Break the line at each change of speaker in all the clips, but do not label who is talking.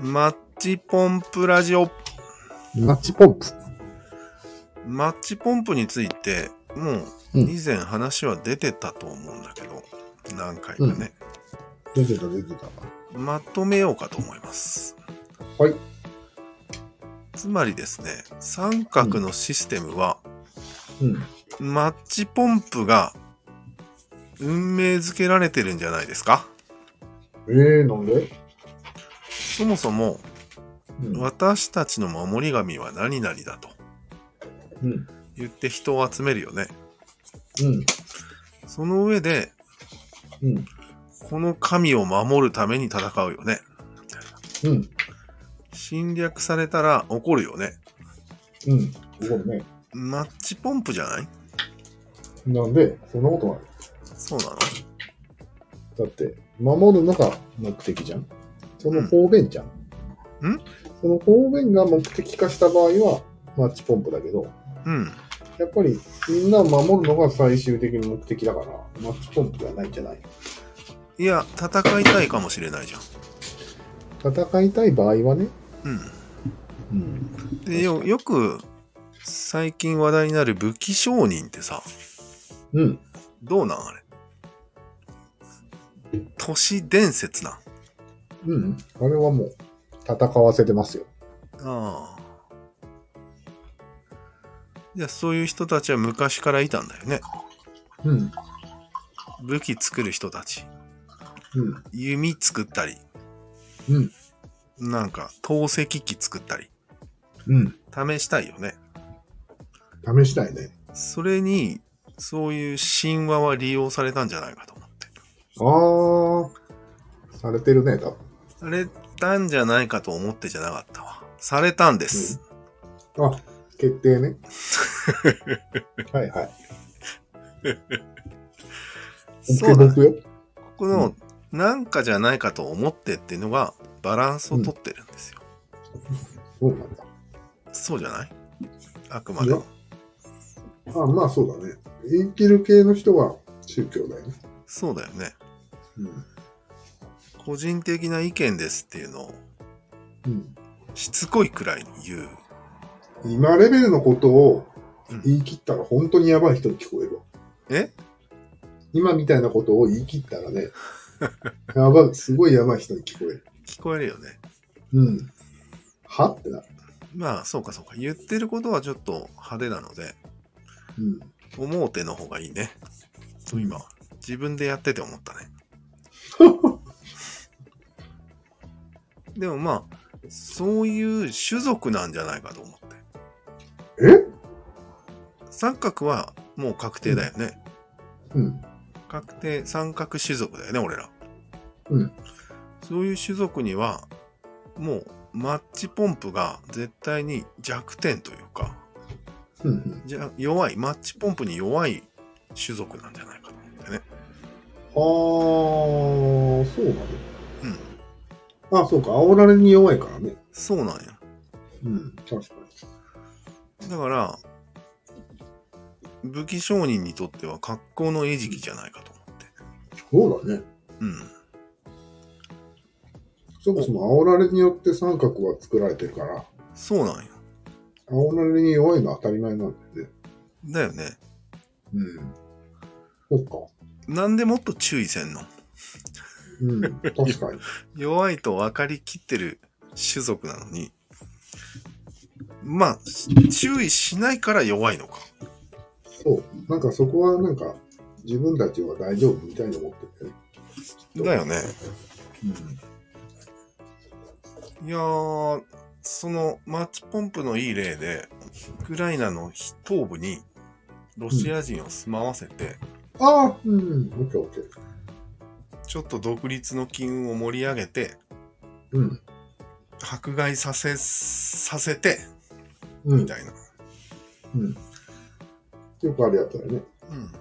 マッチポンプラジオ、
マッチポンプ。
マッチポンプについて、もう
うん
以前話は出てたと思うんだけど、何回かね、
出てた、出てた。
まとめようかと思います。
はい。
つまりですね、三角のシステムは、
うん。
マッチポンプが運命づけられてるんじゃないですか
えー、なんで、
そもそも
うん、
私たちの守り神は何々だと
うん。
言って人を集めるよね。
うん。
その上で、
うん。
この神を守るために戦うよね。
うん。
侵略されたら怒るよね。
うん。怒るね。
マッチポンプじゃない
なんで、そんなことない。
そうなの
だって、守るのが目的じゃん。その方便じゃん。
うん
その方便が目的化した場合は、マッチポンプだけど、
うん。
やっぱりみんなを守るのが最終的な目的だから、マッチポンプではないんじゃない
いや、戦いたいかもしれないじゃん。
戦いたい場合はね。
う
うん。
ん。で、よ、よく、最近話題になる武器商人ってさ、
うん。
どうなんあれ。都市伝説なん。
うん。あれはもう、戦わせてますよ。
ああ。じゃあそういう人たちは昔からいたんだよね。
うん。
武器作る人たち。
うん。
弓作ったり、
うん。
なんか透析機作ったり、
うん。
試したいよね。
試したいね。
それに、そういう神話は利用されたんじゃないかと思って。
ああ、されてるね、多
されたんじゃないかと思ってじゃなかったわ。されたんです。
分。あ、決 定ね。はいはい。
そうだ、ね。
僕よ。
ここの、なんかじゃないかと思ってっていうのが、バランスを取ってるんですよ。
そうなんだ。
そうじゃないあくまで
い
も
や。あまあそうだね。生きる系の人は宗教だよね。
そうだよね。
うん。
個人的な意見ですっていうのを、
うん。
しつこいくらいに言う。
今レベルのことを
うん
言い切ったら本当にやばい人に聞こえるわ。
え
今みたいなことを言い切ったら ね、やばい、すごいやばい人に聞こえる。
聞こえるよね。
うん。はってなる。
まあ、そうかそうか。言ってることはちょっと派手なので、
うん。
思う手の方がいいね。そう今、自分でやってて思った ね。でもまあ、そういう種族なんじゃないかと思って。
え
三角はもう確定だよね。
うん。
確定、三角種族だよね、俺ら。
うん。
そういう種族には、もうマッチポンプが絶対に弱点というか、
うんうん。
じゃ弱い、マッチポンプに弱い種族なんじゃないかと思ってね。
あー、そうなの
うん。
あ、そうか。煽られに弱いからね。
そうなんよ。
うん。確か
だから、武器商人にとっては格好の餌食じゃないかと思って。
に。そうだね。
うん。
そもそも煽られによって三角は作られてるから、
そうなんよ。
煽られに弱いのは当たり前なんだよね。
だよね。
うん。そっか。
なんでもっと注意せんの
うん。確 かに。
弱いと分かりきってる種族なのに、まあ、注意しないから弱いのか。
そう。なんかそこはなんか、自分たちは大丈夫みたいに思っててね。
だよね。
うん。
いやー、そのマッチポンプのいい例で、ウクライナの東部にロシア人を住まわせて、
ああうん。オッケーオッケー。
ちょっと独立の機運を盛り上げて、
うん。
迫害させ、させて、
う
み
ん。
たいな。
うん。よくあるやつだよね。
うん。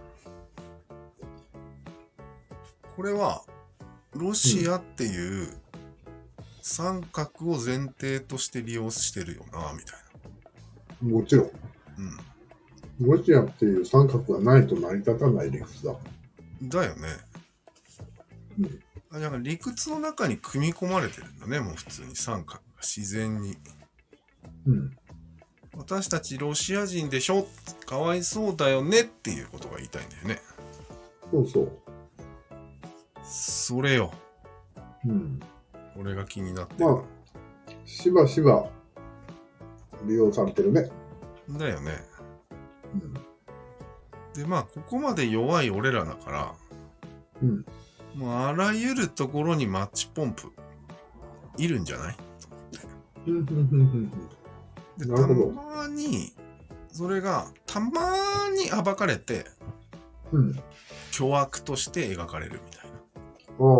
これは、ロシアっていう三角を前提として利用してるよな、みたい
もちろん。
な。
ロシアっていう三角がないと成り立たない理屈だ。
うん。だよね。
うん
あなんか理屈の中に組み込まれてるんだね、もう普通に三角が自然に。
うん。
私たちロシア人でしょかわいそうだよねっていうことが言いたいんだよね。
そうそう。
それよ。
うん。
俺が気になってる
まあ、しばしば利用されてるね。
だよね。
うん。
で、まあ、ここまで弱い俺らだから、
うん。
もうあらゆるところにマッチポンプ、いるんじゃない
うんうんうんうん
で、
なる
た
ほど
まに、それが、たまに暴かれて、
うん。うん。
巨悪として描かれるみたい
あ
な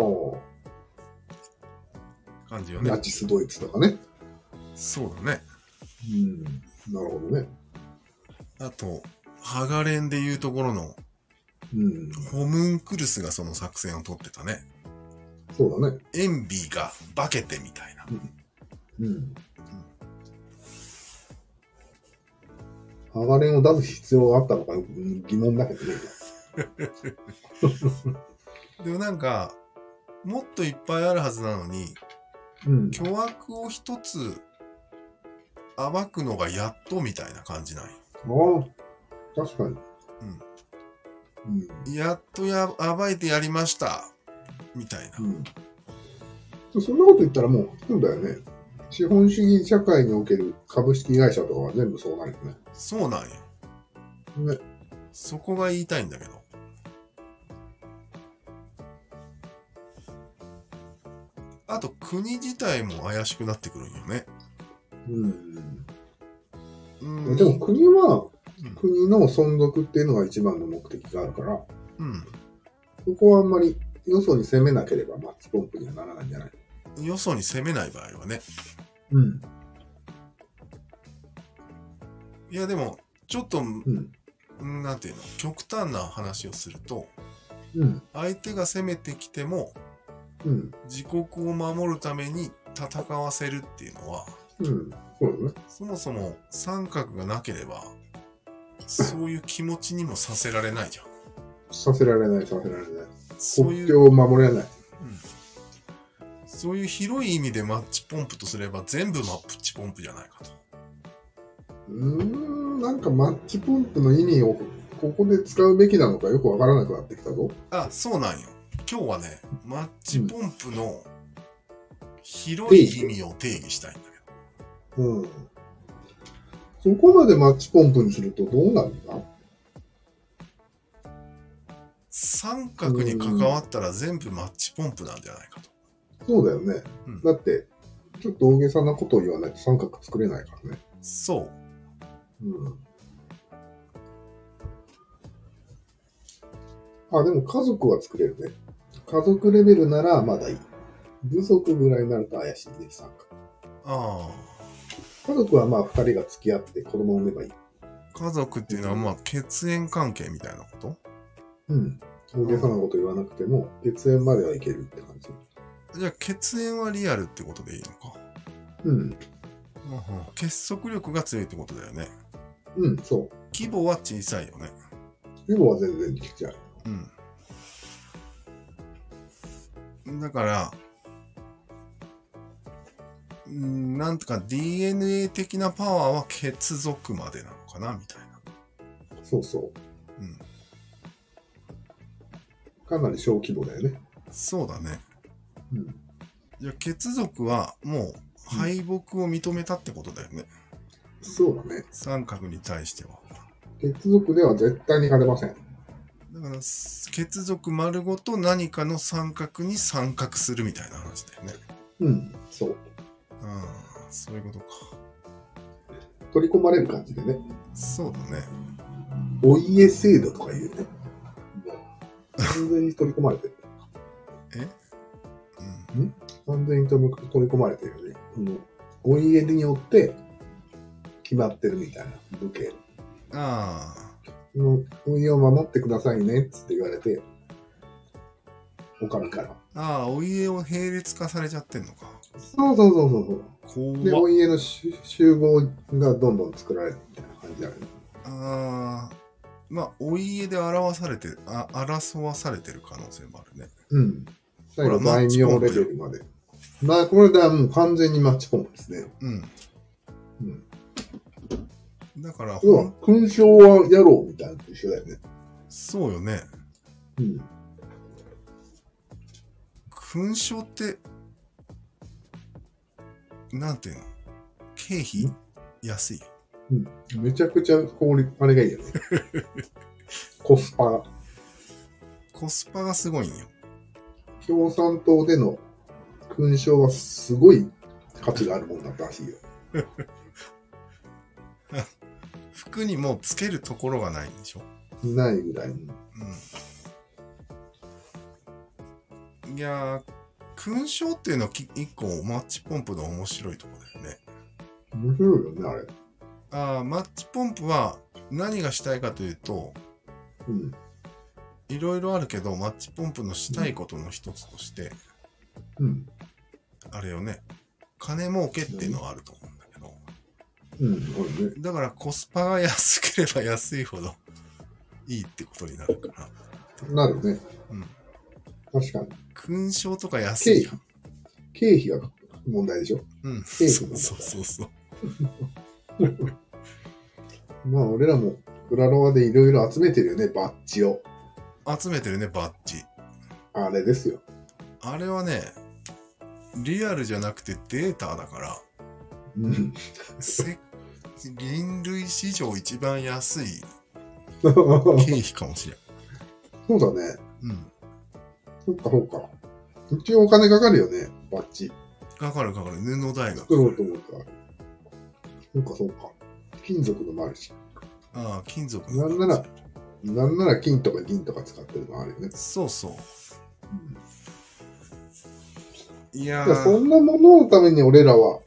感じよ
あ、
ね
ナ。チスドイツとかね。
そうだね。
うん。なるほどね。
あと、ハガレンでいうところの、
うん。
ホムンクルスがその作戦を取ってたね。
そうだね。
エンビーが化けてみたいな。
うん。ハガレンを出す必要があったのかうん疑問だけどね。
でもなんか、もっといっぱいあるはずなのに、
うん。
巨悪を一つ暴くのがやっとみたいな感じなんよ。
ああ、確かに。うん。
やっとや暴いてやりました。みたいな。
うん。そんなこと言ったらもう、そうだよね。資本主義社会における株式会社とかは全部そうなるよね。
そうなんよ。
ね。
そこが言いたいんだけど。あと国自体も怪しくなってくるんよね。
うん。
うん。
でも国は
うん
国の存続っていうのが一番の目的があるから、
うん。
そこはあんまりよそに攻めなければマッチポンプにはならないんじゃない
よそに攻めない場合はね。
うん。
いやでも、ちょっと、
うん。
うんなんていうの、極端な話をすると、
うん。
相手が攻めてきても、
うん。
自国を守るために戦わせるっていうのは、
うん。そうだね。
そもそも三角がなければ、そういう気持ちにもさせられないじゃん。
させられない、させられない。
そう
国
いう、
境を守れない。
そういう広い意味でマッチポンプとすれば全部マッチポンプじゃないかと。
うーん、なんかマッチポンプの意味をここで使うべきなのかよくわからなくなってきたぞ。
あ、そうなんよ。今日はね、マッチポンプの広い
定義
意味を定義したいんだけど。
うん。そこまでマッチポンプにするとどうなるんだ
三角に関わったら全部マッチポンプなんじゃないかと。
そうだよね。
うん
だって、ちょっと大げさなことを言わないと三角作れないからね。
そう。
うん。あ、でも家族は作れるね。家族レベルならまだいい。部族ぐらいになると怪しいね、三角。
あ
家族はまあ二人が付き合って子供を産めばいい。
あ。家族っていうのはまあ血縁関係みたいなこと
うん。大げさなこと言わなくても、血縁まではいけるって感じ。
じゃあ血縁はリアルってことでいいのか。
うん。
うんうん結束力が強いってことだよね。
うん、そう。
規模は小さいよね。
規模は全然ちっちゃい。
うん。だから、うんなんとか DNA 的なパワーは血族までなのかなみたいな。
そうそう。
うん。
かなり小規模だよね。
そうだね。
うん。
じゃあ血族はもう敗北を認めたってことだよね。
そうだね。
三角に対しては。
血族では絶対に勝てません。
だからす血族丸ごと何かの三角に三角するみたいな話だよね。
うん。そう。
うん、そういうことか。
取り込まれる感じでね。
そうだね。
お家制度とか言うね。もう完全に取り込まれてる。
うん、
完全に取り込まれてるよね。このお家によって決まってるみたいな武家。
あ
そのお家を守ってくださいねっつって言われて、おかみから。
あ、ああ、お家を並列化されちゃってんのか。
そうそうそうそうそう。で、
怖
お
っ。
家の集集合がどんどん作られるみたいな感じだよね。
ああ、まあ、お家で表されて、あ争わされてる可能性もあるね。
うん。最後、
ほらマ
大
ッチ
名
ポン
レ
プよ
ベルまで。まあ、これではもう完全にマッチポンプですね。
うん。
うん。
だから、
要は、勲章はやろうみたいなのと一緒だよね。
そうよね。
うん。
勲章って、なんていうの経費安いよ。
めちゃくちゃ効率、あれがいい よね。コスパが。
コスパがすごいんよ。
共産党での勲章はすごい価値があるもんだったらしいよ。
服にもうつけるところがないんでしょ
ないぐらいの。
うん。いやー、勲章っていうのはき一個マッチポンプの面白いところだよね。
面白いよね、あれ。
ああ、マッチポンプは何がしたいかというと、
うん。
いろいろあるけど、マッチポンプのしたいことの一つとして、
うん。
あれよね、金儲けっていうのはあると思うんだけど、
うん。あれね。
だからコスパが安ければ安いほどいいってことになるから、
なるね。
うん。
確かに。
勲章とか安いよ。
経費が問題でしょ。
うん、そ
経
う
費
そうそうそう。
まあ、俺らも、グラロワでいろいろ集めてるよね、バッジを。
集めてるね、バッジ。
あれですよ。
あれはね、リアルじゃなくてデータだから、
うん。
せ人類史上一番安い経
そ
費かもしれん。
うだね。
うん。
そっか、そうか。一応お金かかるよね、バッジ。
かかるかかる、布代が。
作ろうと思ったら。そうか、そうか。金属のもあるし。
ああ、金属
なんならなんなら金とか銀とか使ってるのあるよね。
そうそ
うん
う。いや
いやそ
ー、
んなもののために俺らは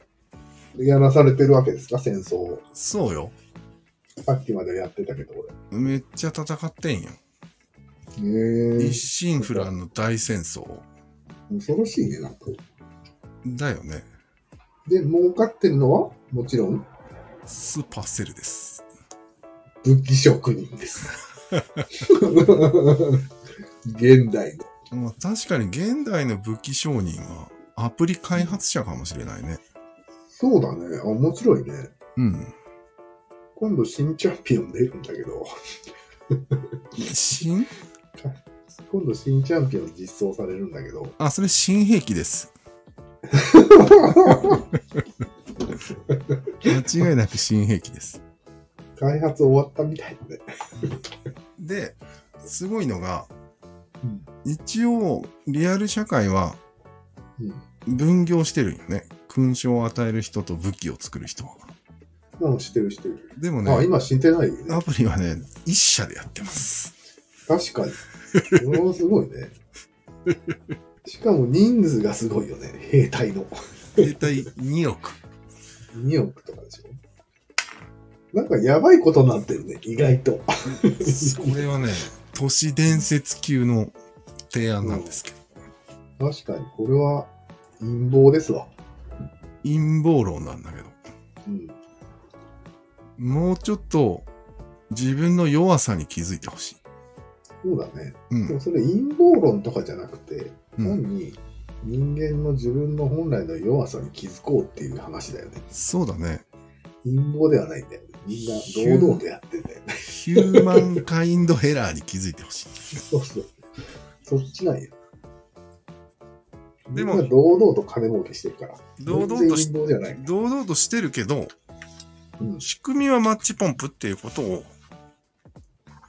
やらされてるわけですか、戦争を。
そうよ。
さっきまでやってたけど、
めっちゃ戦ってんよ。
俺。へ
一心不乱の大戦争。
え。恐ろしいね、なんか。
だよね。
で、儲かってるのは、もちろん、
スーパーセルです。
武器職人です。現代の。
まあ確かに現代の武器商人はアプリ開発者かもしれないね。
そうだね。あ、面白いね。
うん。
今度新チャンピオン出るんだけど、
新
今度新チャンピオン実装されるんだけど、
あ、それ新兵器 です。間違いなく新兵器です。
開発終わったみたいだね。
で、すごいのが、
うん
一応リアル社会は
うん
分業してるんよね。勲章を与える人と武器を作る人は。
もうしてるしてる。
でも
あ、
ね、
今死んでないよね
ア。プリはね、一社でやってます。
確かに。それはすごいね。しかも人数がすごいよね。兵隊の。
携帯2億。
2億とかでしょ。なんかやばいことになってるね。意外と。
これはね、都市伝説級の提案なんですけど、
確かに、これは陰謀ですわ。
陰謀論なんだけど、
うん。
もうちょっと自分の弱さに気づいてほしい。
そうだね。
う
で
ん
も。それ陰謀論とかじゃなくて、
うん、
単に人間の自分の本来の弱さに気づこうっていう話だよね。
そうだね。
陰謀ではないんだよね。みんな堂々とやって んだよね。
ヒューマンカインドエラーに気づいてほし い。
そうそう。そっちなんや。
でも
みんな堂々と金儲けしてるから。
堂々
全然
とし
陰謀じゃない。
堂々としてるけど、
うん。
仕組みはマッチポンプっていうことを、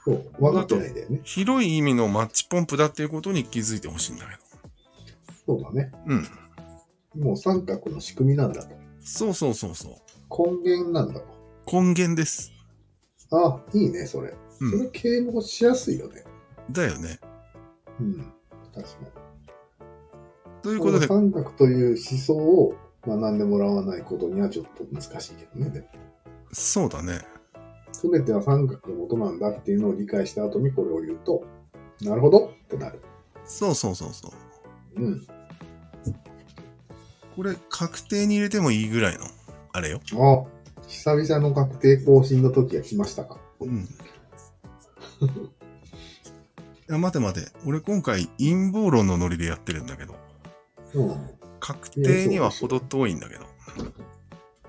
そう。分かってないんだよね。
広い意味のマッチポンプだっていうことに気づいてほしいんだけ
そうだね。
ど。うん。
もう三角の仕組みなんだと。
そうそうそうそう。
根源なんだと。
根源です。
あ、いいね、それ。
う
そ
ん。
れ啓蒙しやすいよね。
だよね。
うん。確かに。
という
こ
こと
の
で、
三角という思想を学んでもらわないことにはちょっと難しいけどね。でも
そうだね。
全ては三角のことなんだっていうのを理解した後にこれを言うと、なるほどってなる。
そうそうそうそう。
うん。
これ、確定に入れてもいいぐらいの、あれよ。
あ、久々の確定更新の時が来ましたか。
うん。や待て待て。俺今回陰謀論のノリでやってるんだけど、
うん。
確定にはほど遠いんだけど。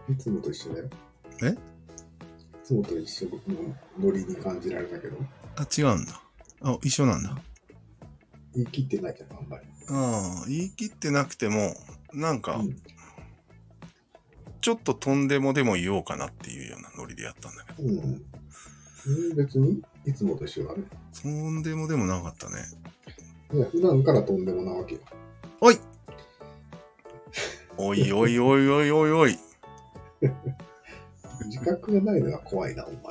いつもと一緒だよ。
え
いつもと一緒のノリに感じられたけど、
あ、違うんだ。あ、一緒なんだ。
言い切ってないじゃん、あんまり。
ああ、言い切ってなくても、なんか
う、ん
ちょっととんでもでも言おうかなっていうようなノリでやったんだけど、
うん。うん、別に、いつもと一緒だね。
とんでもでもなかったね。
いや、普段からとんでもなわけよ。
おいおいおいおいおいおい。
自覚がないのが怖いな、お前。